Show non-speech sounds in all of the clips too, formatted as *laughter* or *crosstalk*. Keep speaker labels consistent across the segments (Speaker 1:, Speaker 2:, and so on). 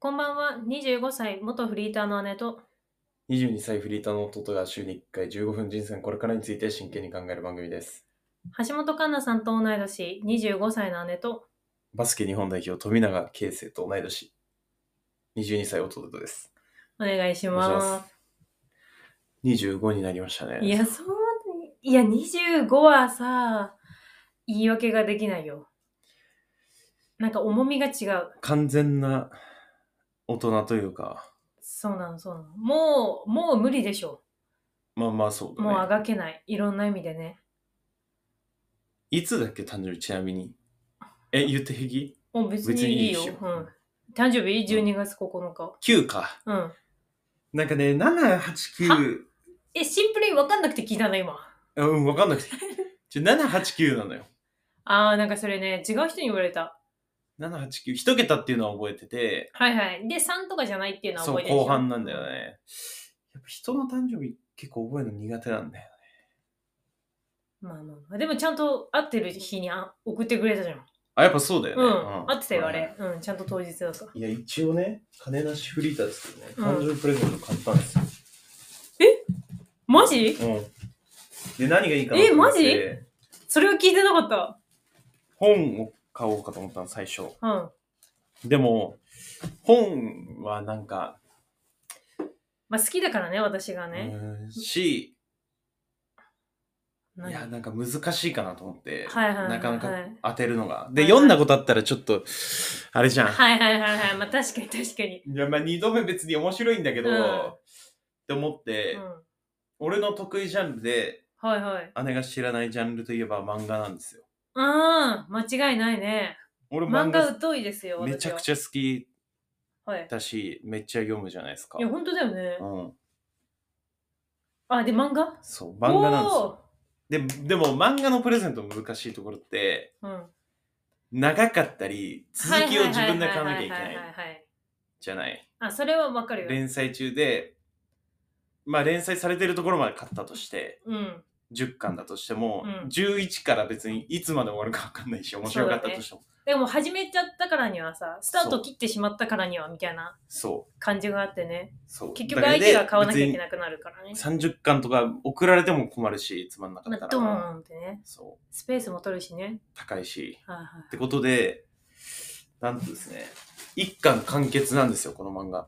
Speaker 1: こんばんは、25歳、元フリーターの姉と、
Speaker 2: 22歳フリーターの弟が週に1回15分人生のこれからについて真剣に考える番組です。
Speaker 1: 橋本環奈さんと同い年、25歳の姉と、
Speaker 2: バスケ日本代表富永啓生と同い年、22歳弟です。
Speaker 1: お願いし
Speaker 2: お願
Speaker 1: ま
Speaker 2: いします。25になりましたね。
Speaker 1: す。いや、そう、いや、25はさ、言い訳ができないよ。なんか重みが違う。
Speaker 2: 完全な大人というか、
Speaker 1: そうなの、そうなの。もう、もう無理でしょ
Speaker 2: まあまあそう
Speaker 1: う。
Speaker 2: だ
Speaker 1: もうあ
Speaker 2: ね。
Speaker 1: がけない。いろんな意味でね。
Speaker 2: いつだっけ誕生日ちなみに。え、言って平気
Speaker 1: もう別
Speaker 2: 別に
Speaker 1: にい
Speaker 2: い
Speaker 1: い
Speaker 2: い
Speaker 1: よ。
Speaker 2: っしょ
Speaker 1: うん。誕生日 ?12 月9日。
Speaker 2: ?9 か。
Speaker 1: うん。
Speaker 2: なんかね、7、8、9、
Speaker 1: え、シンプルに分かんなくて聞いたの、今。
Speaker 2: あうん、わかんなくて。ちょ7、8、9なのよ。
Speaker 1: あー、なんかそれね、違う人に言われた。
Speaker 2: 7、8、9。一桁っていうのは覚えてて、
Speaker 1: はいはい。で、3とかじゃないっていうのは
Speaker 2: そ
Speaker 1: 覚え、
Speaker 2: う
Speaker 1: てるでしょ
Speaker 2: 後半なんだよ。ね。やっぱ人の誕生日結構覚えるの苦手なんだよね。
Speaker 1: まあまあまあ。でもちゃんと会ってる日にあ送ってくれたじゃん。
Speaker 2: あ、やっぱそうだよ
Speaker 1: う
Speaker 2: ね。
Speaker 1: ん。会ってたよ、あ。
Speaker 2: はい
Speaker 1: れ。うん。ちゃんと当日だった。
Speaker 2: いや、一応ね、金なしフリーターですけどね、
Speaker 1: うん
Speaker 2: 誕生日プレゼント買ったんですよ。
Speaker 1: マジ
Speaker 2: うん。で、何がいいかなと思って
Speaker 1: えそれは聞いてなかった。
Speaker 2: 本を買おうかと思ったの、最初。
Speaker 1: うん。
Speaker 2: でも、本はなんか、
Speaker 1: まあ好きだからね、私がね。
Speaker 2: うーんし、
Speaker 1: 何
Speaker 2: いや、なんか難しいかなと思って、
Speaker 1: はいはいはい
Speaker 2: なかなか当てるのが。
Speaker 1: は
Speaker 2: で、
Speaker 1: いはい
Speaker 2: 読んだことあったらちょっと、あれじゃん。
Speaker 1: はいはいはいはい。まあ確かに確かに。
Speaker 2: いや、まあ、二度目別に面白いんだけど、
Speaker 1: うん
Speaker 2: って思って、
Speaker 1: うん。
Speaker 2: 俺の得意ジャンルで、
Speaker 1: はいはい。
Speaker 2: 姉が知らないジャンルといえば漫画なんですよ。
Speaker 1: うん。間違いないね。
Speaker 2: 俺漫
Speaker 1: 漫
Speaker 2: 画
Speaker 1: 画疎いですよ、
Speaker 2: めちゃく
Speaker 1: ゃ。
Speaker 2: ちゃ好き
Speaker 1: はい。
Speaker 2: だし、めっちゃ読むじゃないですか。
Speaker 1: いや、本当だよね。
Speaker 2: うん。
Speaker 1: あ、で、漫画
Speaker 2: そう、漫画なんですよ。
Speaker 1: お
Speaker 2: ででも、漫画のプレゼントの難しいところって、
Speaker 1: ーうん。
Speaker 2: 長かったり、続きを自分で買わなきゃいけ
Speaker 1: はははは
Speaker 2: ない
Speaker 1: ははい。
Speaker 2: じゃない。
Speaker 1: あ、それはわかるよ。
Speaker 2: 連載中で、まあ連載されてるところまで買ったとして、
Speaker 1: うん。
Speaker 2: 10巻だとしても、
Speaker 1: うん
Speaker 2: 11から別にいつまで終わるか分かんないし面白かったとしても
Speaker 1: でも始めちゃったからにはさ、スタート切ってしまったからにはみたいな
Speaker 2: そう
Speaker 1: 感じがあってね。
Speaker 2: そう
Speaker 1: 結局相手が買わなきゃいけ
Speaker 2: い
Speaker 1: なくなるからね。
Speaker 2: 30巻とか送られても困るしつまんなか
Speaker 1: ま
Speaker 2: った
Speaker 1: あ、
Speaker 2: ら、
Speaker 1: ドーンってね。
Speaker 2: そう
Speaker 1: スペースも取るしね。
Speaker 2: 高いし
Speaker 1: はいはい
Speaker 2: ってことでなんとですね1巻完結なんですよこの漫画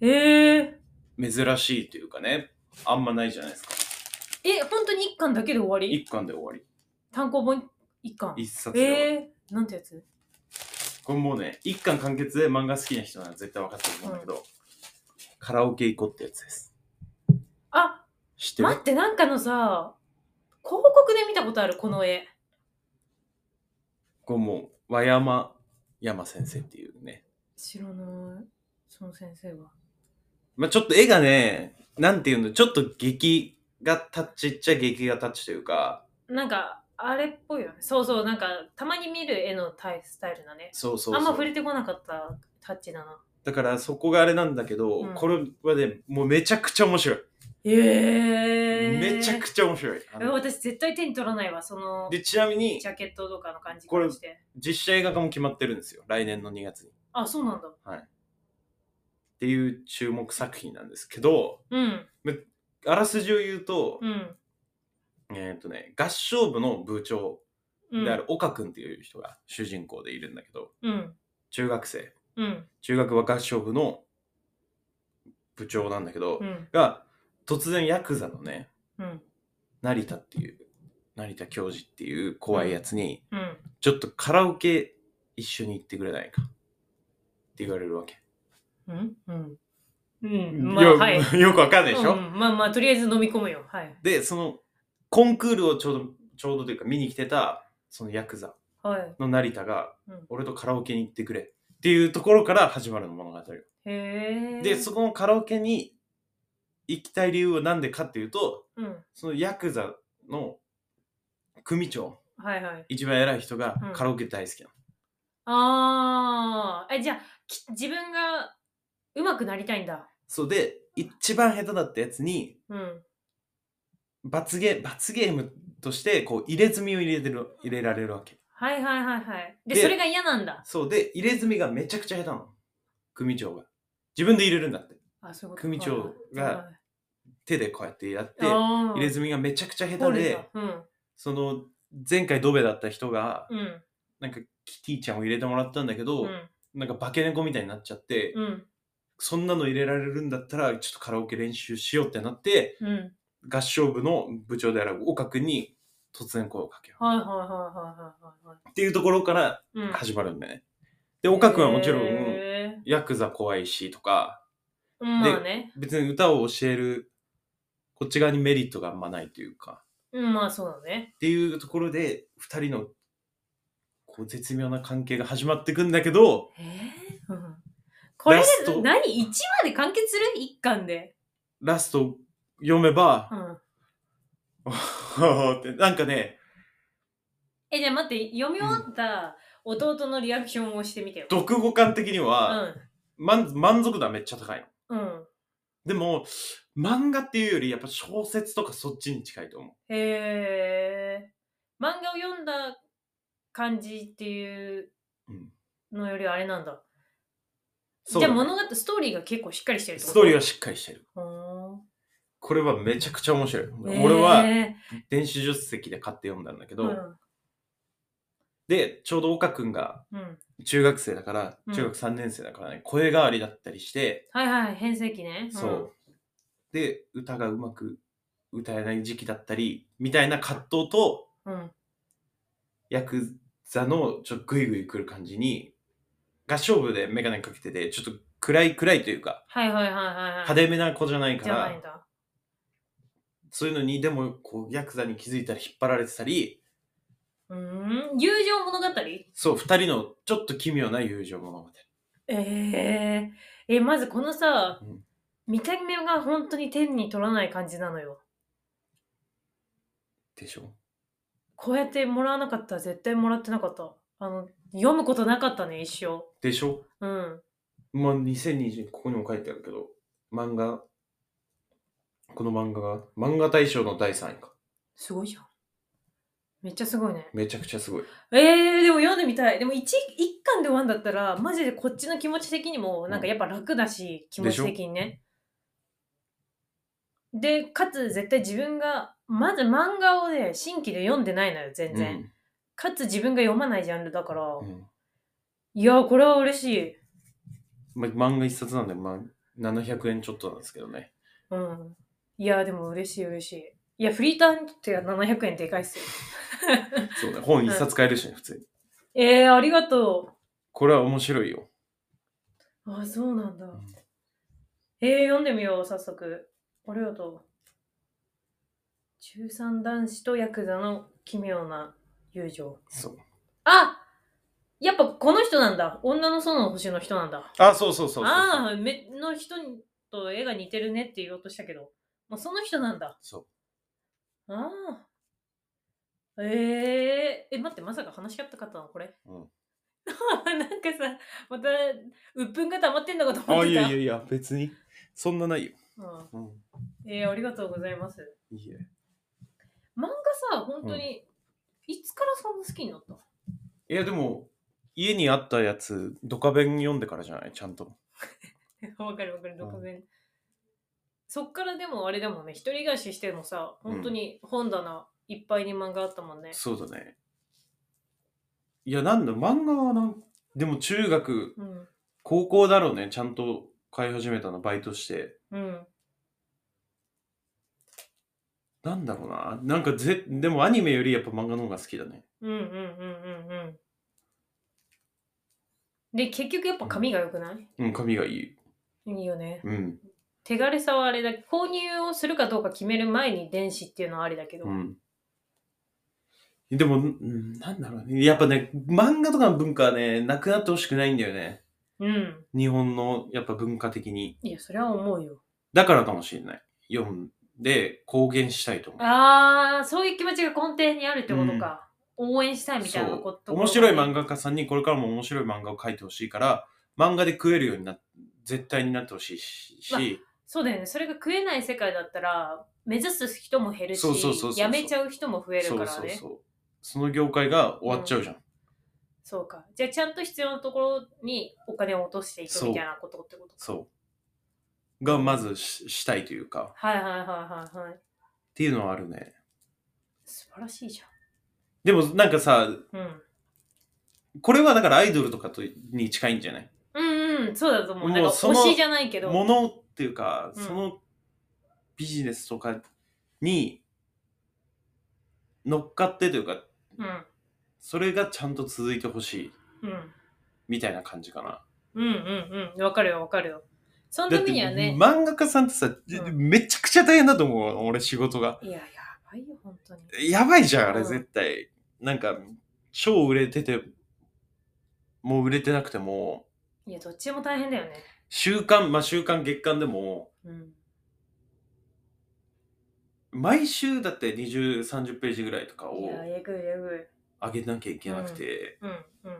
Speaker 1: ええ
Speaker 2: 珍しいというかねあんまないじゃないですか
Speaker 1: え、本当に1巻だけで終わり
Speaker 2: 1巻で終わり
Speaker 1: 単行本1巻。
Speaker 2: 1冊で終わり、
Speaker 1: ええなんてやつ
Speaker 2: これもうね1巻完結で漫画好きな人なら絶対分かってると思うんだけど、カラオケ行こうってやつです
Speaker 1: あ、
Speaker 2: 知ってる
Speaker 1: 待って、なんかのさ、広告で見たことある、この絵。
Speaker 2: これもう和山山先生っていうね、
Speaker 1: 知らない。その先生は。
Speaker 2: まあ、ちょっと絵がねなんていうのちょっと劇がタッチっちゃ劇がタッチというか
Speaker 1: なんか、あれっぽいよね。そうそう、なんか、たまに見る絵のタイスタイルだね。
Speaker 2: そうそう
Speaker 1: あ
Speaker 2: そう
Speaker 1: んま触れてこなかったタッチだな。
Speaker 2: だからそこがあれなんだけど、
Speaker 1: うん
Speaker 2: これはねもうめちゃくちゃ面白い、
Speaker 1: ええ
Speaker 2: めちゃくちゃ面白いあ
Speaker 1: え
Speaker 2: の
Speaker 1: 私絶対手に取らないわその
Speaker 2: でちなみに
Speaker 1: ジャケットとかの感じか
Speaker 2: これ
Speaker 1: らして
Speaker 2: 実写映画化も決まってるんですよ来年の2月にっ
Speaker 1: あそうなんだ
Speaker 2: ていう注目作品なんですけど
Speaker 1: うん
Speaker 2: あらすじを言うと、
Speaker 1: うん
Speaker 2: えーっ、とね合唱部の部長
Speaker 1: うん
Speaker 2: である岡君っていう人が主人公でいるんだけど
Speaker 1: うん
Speaker 2: 中学生
Speaker 1: うん
Speaker 2: 中学和合唱部の部長なんだけど、
Speaker 1: うん
Speaker 2: が突然ヤクザのね
Speaker 1: うん
Speaker 2: 成田っていう成田教授っていう怖いやつに、
Speaker 1: うん
Speaker 2: ちょっとカラオケ一緒に行ってくれないかって言われるわけ、
Speaker 1: うんうんうんまあ
Speaker 2: よ
Speaker 1: はい
Speaker 2: *laughs* よくわかんないでしょ、
Speaker 1: うんまあまあとりあえず飲み込むよはい
Speaker 2: でそのコンクールをちょうどちょうどというか見に来てたそのヤクザ
Speaker 1: はい
Speaker 2: の成田が、
Speaker 1: うん
Speaker 2: 俺とカラオケに行ってくれっていうところから始まるの物語
Speaker 1: へえ
Speaker 2: でそこのカラオケに行きたい理由は何でかっていうと
Speaker 1: うん
Speaker 2: そのヤクザの組長、
Speaker 1: はいはい
Speaker 2: 一番偉い人が
Speaker 1: うん
Speaker 2: カラオケ大好きなの。
Speaker 1: あーえじゃあき自分がうまくなりたいんだ
Speaker 2: そうで、一番下手だったやつに、
Speaker 1: うん
Speaker 2: 罰ゲー罰ゲームとして、こう、入れ墨を入れてる、入れられるわけ。
Speaker 1: はいはいはいはいで
Speaker 2: で
Speaker 1: それが嫌なんだ
Speaker 2: そうで、入れ墨がめちゃくちゃ下手なの。組長が。自分で入れるんだって。
Speaker 1: あ、そういうこと
Speaker 2: 組長が手でこうやってやって、
Speaker 1: 入
Speaker 2: 入れ墨がめちゃくちゃ下手で、
Speaker 1: うん。
Speaker 2: その前回ドベだった人が、
Speaker 1: うん。
Speaker 2: なんかキティちゃんを入れてもらったんだけど、
Speaker 1: うん
Speaker 2: なんか化け猫みたいになっちゃって、
Speaker 1: うん。
Speaker 2: そんなの入れられるんだったら、ちょっとカラオケ練習しようってなって、
Speaker 1: うん。
Speaker 2: 合唱部の部長である岡君に突然声をかけよ
Speaker 1: はいはいはいはいはいは
Speaker 2: うっていうところから
Speaker 1: い。うん。
Speaker 2: 始まるんだよね。で、岡君はもちろん、
Speaker 1: へ
Speaker 2: ヤクザ怖いしとか、
Speaker 1: ーまあね。
Speaker 2: 別に歌を教える、こっち側にメリットがあんまないというか、
Speaker 1: うん、まあそうだね。
Speaker 2: っていうところで、二人の、こう、絶妙な関係が始まってくんだけど、
Speaker 1: えーうんこれ
Speaker 2: ラスト
Speaker 1: で何 ?1 話で完結する ?1 巻で。
Speaker 2: ラスト読めば
Speaker 1: う、ん。
Speaker 2: *laughs* って、なんかね、
Speaker 1: え、じゃあ待って、読み終わった弟のリアクションをしてみてよ。
Speaker 2: 読語感的には、満満足度はめっちゃ高いの。
Speaker 1: うん。うん。
Speaker 2: でも、漫画っていうより、やっぱ小説とかそっちに近いと思う。
Speaker 1: へえ。漫画を読んだ感じっていう
Speaker 2: うん
Speaker 1: のよりあれなんだ。
Speaker 2: そ
Speaker 1: じ
Speaker 2: うだ
Speaker 1: ゃあ
Speaker 2: ね
Speaker 1: 物語、ストーリーが結構しっかりしてるってこ
Speaker 2: ス
Speaker 1: と
Speaker 2: トーリーはしっかりしてる。
Speaker 1: は、
Speaker 2: これはめちゃくちゃ面白い。
Speaker 1: へー
Speaker 2: 俺は電子書籍で買って読んだんだけど、で、ちょうど岡くんが
Speaker 1: うん。うん。
Speaker 2: 中学生だから、
Speaker 1: うん
Speaker 2: 中学3年生だからね、声変わりだったりして、
Speaker 1: はいはい、変声期ね。ん
Speaker 2: そう。。で、歌がうまく歌えない時期だったり、みたいな葛藤と、
Speaker 1: うん。
Speaker 2: ヤクザのちょっとグイグイ来る感じに、合唱部でメガネかけてて、ちょっと暗い暗いというか、
Speaker 1: はいはいはいはいはい。
Speaker 2: 派手めな子じゃないか
Speaker 1: じゃないん
Speaker 2: ら、
Speaker 1: だ。
Speaker 2: そういうのに、でも、こう、ヤクザに気づいたり引っ張られてたり、
Speaker 1: うーん。友情物語
Speaker 2: そう、二人のちょっと奇妙な友情物語。
Speaker 1: えええ、まずこのさ、
Speaker 2: うん
Speaker 1: 見た目が本当に天に取らない感じなのよ。
Speaker 2: でしょ
Speaker 1: こうやってもらわなかったら絶対もらってなかった。あの、読むことなかったね、一生。
Speaker 2: でしょ
Speaker 1: うん。
Speaker 2: まあ、2020、ここにも書いてあるけど、漫画、この漫画が、漫画大賞の第3位か。
Speaker 1: すごいじゃん。めっちゃすごいね。
Speaker 2: めちゃくちゃすごい。
Speaker 1: ええでも読んでみたい。でも一一巻で終わんだったら、マジでこっちの気持ち的にも、なんかやっぱ楽だし、気持ち的にね。で、かつ絶対自分が、まず漫画をね、新規で読んでないのよ、全然。かつ自分が読まないジャンルだから、
Speaker 2: うん。うん
Speaker 1: いやー、これは嬉しい。
Speaker 2: まあ、漫画一冊なんで、まあ、700円ちょっとなんですけどね。
Speaker 1: うん。いやー、でも嬉しい、嬉しい。いや、フリーターにとっては700円でかいっすよ。
Speaker 2: そうね。本一冊買えるしね、普通に。
Speaker 1: えー、ありがと
Speaker 2: これは面白いよ。
Speaker 1: う。あ、そうなんだ
Speaker 2: ん。
Speaker 1: えー、読んでみよう、早速。ありがとう。中三男子とヤクザの奇妙な友情。
Speaker 2: そう。
Speaker 1: あやっぱこの人なんだ。女の園の星の人なんだ。
Speaker 2: あ、そうそうそうそうそう。
Speaker 1: ああ、めの人と絵が似てるねって言おうとしたけど、もうその人なんだ。
Speaker 2: そう。
Speaker 1: ああ。えー、え、待って、まさか話し合ったかったのこれ。
Speaker 2: うん
Speaker 1: *laughs* なんかさ、また、鬱憤が溜まってんのかと思
Speaker 2: あ、
Speaker 1: って
Speaker 2: い
Speaker 1: た。
Speaker 2: やいやいや、別に。そんなないよ。
Speaker 1: うん
Speaker 2: うん。
Speaker 1: えーありがとうございます。
Speaker 2: いいえ。
Speaker 1: 漫画さ、本当に、いつからそんな好きになった *laughs*
Speaker 2: いや、でも、家にあったやつ、ドカベン読んでからじゃないちゃんと。
Speaker 1: のわかるわかる、独弁。そっからでもあれだもんね、一人暮らししてもさ、本当に本棚いっぱいに漫画あったもんね。
Speaker 2: そうだね。いや、なんだ、漫画はなん、でも中学、
Speaker 1: うん。
Speaker 2: 高校だろうね、ちゃんと買い始めたの、バイトして。
Speaker 1: うん。
Speaker 2: なんだろうな。なんかぜ、でもアニメよりやっぱ漫画の方が好きだね。
Speaker 1: うんうんうんうんうん。で、結局やっぱ髪が良くない、
Speaker 2: うん、髪がいい。
Speaker 1: いいよね。
Speaker 2: うん、
Speaker 1: 手軽さはあれだ購入をするかどうか決める前に電子っていうのはありだけど。
Speaker 2: うん。でも、うんなんだろうね。やっぱね、漫画とかの文化はね、なくなってほしくないんだよね。
Speaker 1: うん。
Speaker 2: 日本の、やっぱ文化的に。
Speaker 1: いや、それは思うよ。
Speaker 2: だからかもしれない。読んで、公言したいと思う。
Speaker 1: ああ、そういう気持ちが根底にあるってことか。応援したいみたいなこと
Speaker 2: そう面白い漫
Speaker 1: 画。
Speaker 2: 画家さんにこれからも面白い漫画を描いてほしいから漫画で食えるようにな絶対になってほしいし、
Speaker 1: まそうだよね。それが食えない世界だったら、目指す人も減るし
Speaker 2: そうそうそうそう、
Speaker 1: やめちゃう人も増える
Speaker 2: そ
Speaker 1: か
Speaker 2: う
Speaker 1: ら
Speaker 2: そう
Speaker 1: ね。
Speaker 2: そうその業界が終わっちゃうじゃん、
Speaker 1: そうか。じゃあ、ちゃんと必要なところにお金を落としていく
Speaker 2: そう
Speaker 1: みたいなことってことか。
Speaker 2: そう。が、まずししたいというか、っ
Speaker 1: はいはいはいはいはい。
Speaker 2: ていうのはあるね。
Speaker 1: 素晴らしいじゃ
Speaker 2: でも、なんかさ、
Speaker 1: ん。うん。
Speaker 2: これはだからアイドルとかとに近いんじゃない
Speaker 1: うんうん、そうだと思う。
Speaker 2: もう
Speaker 1: なんか
Speaker 2: その
Speaker 1: 推しじゃないけど。
Speaker 2: ものっていうか、
Speaker 1: うん
Speaker 2: そのビジネスとかに乗っかってというか、
Speaker 1: うん。
Speaker 2: それがちゃんと続いてほしい
Speaker 1: うん。
Speaker 2: みたいな感じかな。
Speaker 1: うんうんうん。わかるよわかるよ。その
Speaker 2: だったて
Speaker 1: めにはね。
Speaker 2: 漫画家さんってさ、
Speaker 1: うん
Speaker 2: めちゃくちゃ大変だと思う俺仕事が。
Speaker 1: いや、やばいよ、本当に。
Speaker 2: やばいじゃんあ
Speaker 1: う
Speaker 2: れ
Speaker 1: ん
Speaker 2: 絶対、なんか超売れててもう売れてなくても
Speaker 1: いや、どっちも大変だよね。
Speaker 2: 週刊まあ週刊月刊でも
Speaker 1: うん。
Speaker 2: 毎週だって2030ページぐらいとか
Speaker 1: い
Speaker 2: を
Speaker 1: や、えぐいえぐい。
Speaker 2: 上げなきゃいけなくて、
Speaker 1: うんうん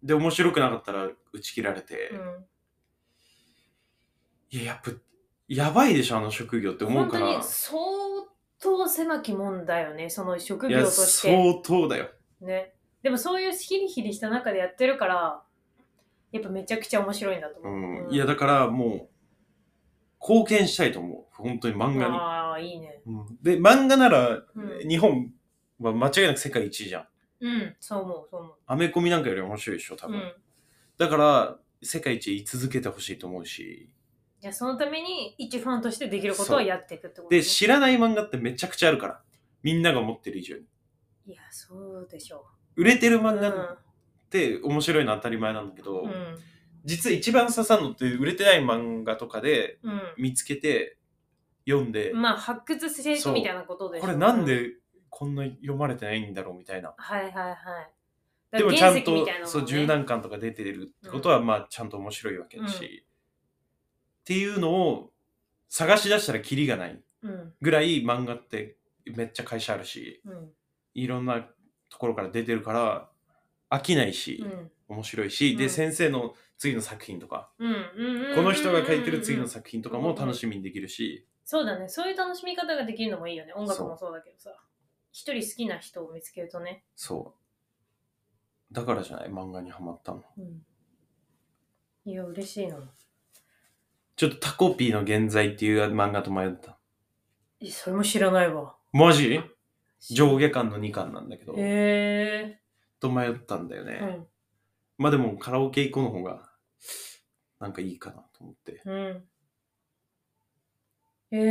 Speaker 2: で面白くなかったら打ち切られて、
Speaker 1: うん。
Speaker 2: いややっぱやばいでしょあの職業って思う
Speaker 1: 本
Speaker 2: か
Speaker 1: 当
Speaker 2: ら
Speaker 1: に相当狭きもんだよね、その職
Speaker 2: い
Speaker 1: 業
Speaker 2: や
Speaker 1: として。
Speaker 2: 相当だよ
Speaker 1: ね。でもそういうヒリヒリした中でやってるから、やっぱめちゃくちゃ面白いんだと
Speaker 2: う
Speaker 1: 思う。
Speaker 2: ん、
Speaker 1: うん
Speaker 2: いやだからもう貢献したいと思う本当に漫画に、
Speaker 1: ああ、いいね。
Speaker 2: うんで漫画なら、
Speaker 1: うん
Speaker 2: 日本は間違いなく世界一位じゃん
Speaker 1: うん、そう思う、そう思う。
Speaker 2: アメコミなんかより面白いでしょ、多
Speaker 1: う
Speaker 2: 分。
Speaker 1: ん。
Speaker 2: だから、世界一言い続けてほしいと思うし。
Speaker 1: じゃあそのために一ファンとしてできることをやっていくってことね
Speaker 2: で、知らない漫画ってめちゃくちゃあるから。みんなが持ってる以上に。
Speaker 1: いや、そうでしょ
Speaker 2: 売れて
Speaker 1: う。
Speaker 2: る漫
Speaker 1: う
Speaker 2: 画っ
Speaker 1: ん。
Speaker 2: て面白いのは当たり前なんだけど、
Speaker 1: うん。
Speaker 2: 実は一番刺さるのって売れてない漫画とかで
Speaker 1: う
Speaker 2: 見つけて、読んで、
Speaker 1: ん。まあ、発掘していくみたいなことでしょ
Speaker 2: これなんでこんな読まれてないんだろうみたいな。
Speaker 1: はいはいはい。
Speaker 2: でもちゃん
Speaker 1: 原石
Speaker 2: と、
Speaker 1: みたいなもんね
Speaker 2: そう柔軟感とか出てるってことは、まあちゃんと面白いわけだし、
Speaker 1: うん
Speaker 2: っていうのを探し出したらキリがない
Speaker 1: うん
Speaker 2: ぐらい漫画ってめっちゃ会社あるし
Speaker 1: うん
Speaker 2: いろんなところから出てるから飽きないし、
Speaker 1: うん
Speaker 2: 面白いし、
Speaker 1: う
Speaker 2: で
Speaker 1: ん
Speaker 2: 先生の次の作品とか、
Speaker 1: うんうん
Speaker 2: この人が書いてる
Speaker 1: う
Speaker 2: 次
Speaker 1: んうんう
Speaker 2: の
Speaker 1: ん
Speaker 2: 作品とかも楽しみにできるし、
Speaker 1: そうだねそういう楽しみ方ができるのもいいよね音楽
Speaker 2: そう
Speaker 1: もそうだけどさ一人好きな人を見つけるとね、
Speaker 2: そうだからじゃない漫画にはまったの
Speaker 1: うん、いや嬉しいな
Speaker 2: ちょっとタコピーの現在っていう漫画と迷った
Speaker 1: えそれも知らないわ
Speaker 2: マジ上下巻の2巻なんだけど、
Speaker 1: へ
Speaker 2: と迷ったんだよね
Speaker 1: え、ー、
Speaker 2: まあでもカラオケ行こうの方がなんかいいかなと思って
Speaker 1: うんうんへ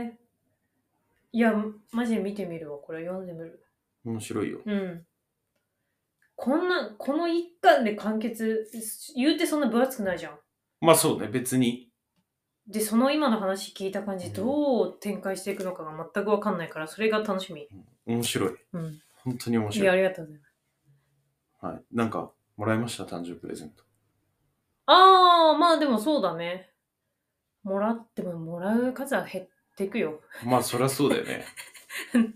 Speaker 1: えー、いやマジで見てみるわこれ読んでみる
Speaker 2: 面白いよ
Speaker 1: うんこんなこの一巻で完結言うてそんな分厚くないじゃん
Speaker 2: まあそうね別に
Speaker 1: でその今の話聞いた感
Speaker 2: う
Speaker 1: じ
Speaker 2: ん
Speaker 1: どう展開していくのかが全く分かんないからそれが楽しみ、
Speaker 2: 面白い
Speaker 1: うん、
Speaker 2: 本当に面
Speaker 1: い
Speaker 2: 白
Speaker 1: や
Speaker 2: い
Speaker 1: ありがとうございます
Speaker 2: はいなんかもらいました誕生日プレゼント
Speaker 1: ああまあでもそうだねもらってももらう数は減っていくよ
Speaker 2: まあそりゃそうだよね
Speaker 1: *laughs*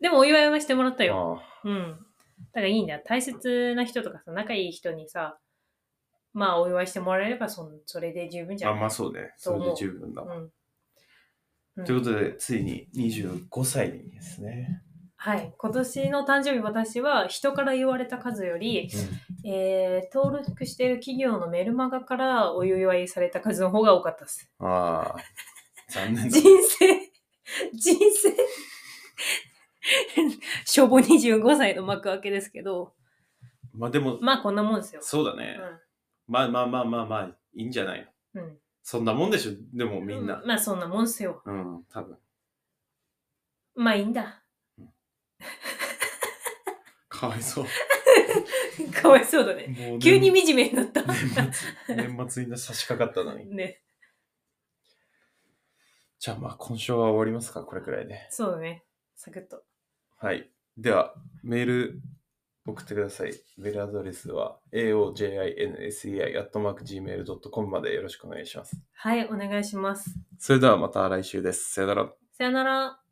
Speaker 1: でもお祝いはしてもらったよ
Speaker 2: あ
Speaker 1: う
Speaker 2: あ
Speaker 1: んだからいいんだよ大切な人とかさ仲いい人にさまあお祝いしてもらえればそんそれで十分じゃ
Speaker 2: まあ
Speaker 1: ん、
Speaker 2: まあそうねそれで十分だわ
Speaker 1: うんうん
Speaker 2: ということでついに25歳にですね、
Speaker 1: はい今年の誕生日私は人から言われた数より、えー登録している企業のメルマガからお祝いされた数の方が多かったです。
Speaker 2: ああ残念だ
Speaker 1: 人生、人生、しょぼ25歳の幕開けですけど、
Speaker 2: まあでも
Speaker 1: まあこんなもんですよ。
Speaker 2: そうだね、まあまあまあまあまあいいんじゃないの
Speaker 1: うん。うん、
Speaker 2: そんなもんでしょでもみんな
Speaker 1: うまあそんなもんですよ。
Speaker 2: うん、多分
Speaker 1: まあいいんだ。 *laughs*
Speaker 2: かわいそう
Speaker 1: かわいそうだね。
Speaker 2: も
Speaker 1: *laughs*
Speaker 2: う
Speaker 1: 急に惨めになった。
Speaker 2: 年末年末に差し掛かったの
Speaker 1: *laughs*
Speaker 2: に
Speaker 1: ね。
Speaker 2: じゃあまあ今週は終わりますかこれくらいで
Speaker 1: そうだね。サクッと。
Speaker 2: はいではメール送ってくださいメールアドレスは aojinsei.gmail.com までよろしくお願いします
Speaker 1: はい、お願いします。
Speaker 2: それではまた来週ですさよなら
Speaker 1: さよなら。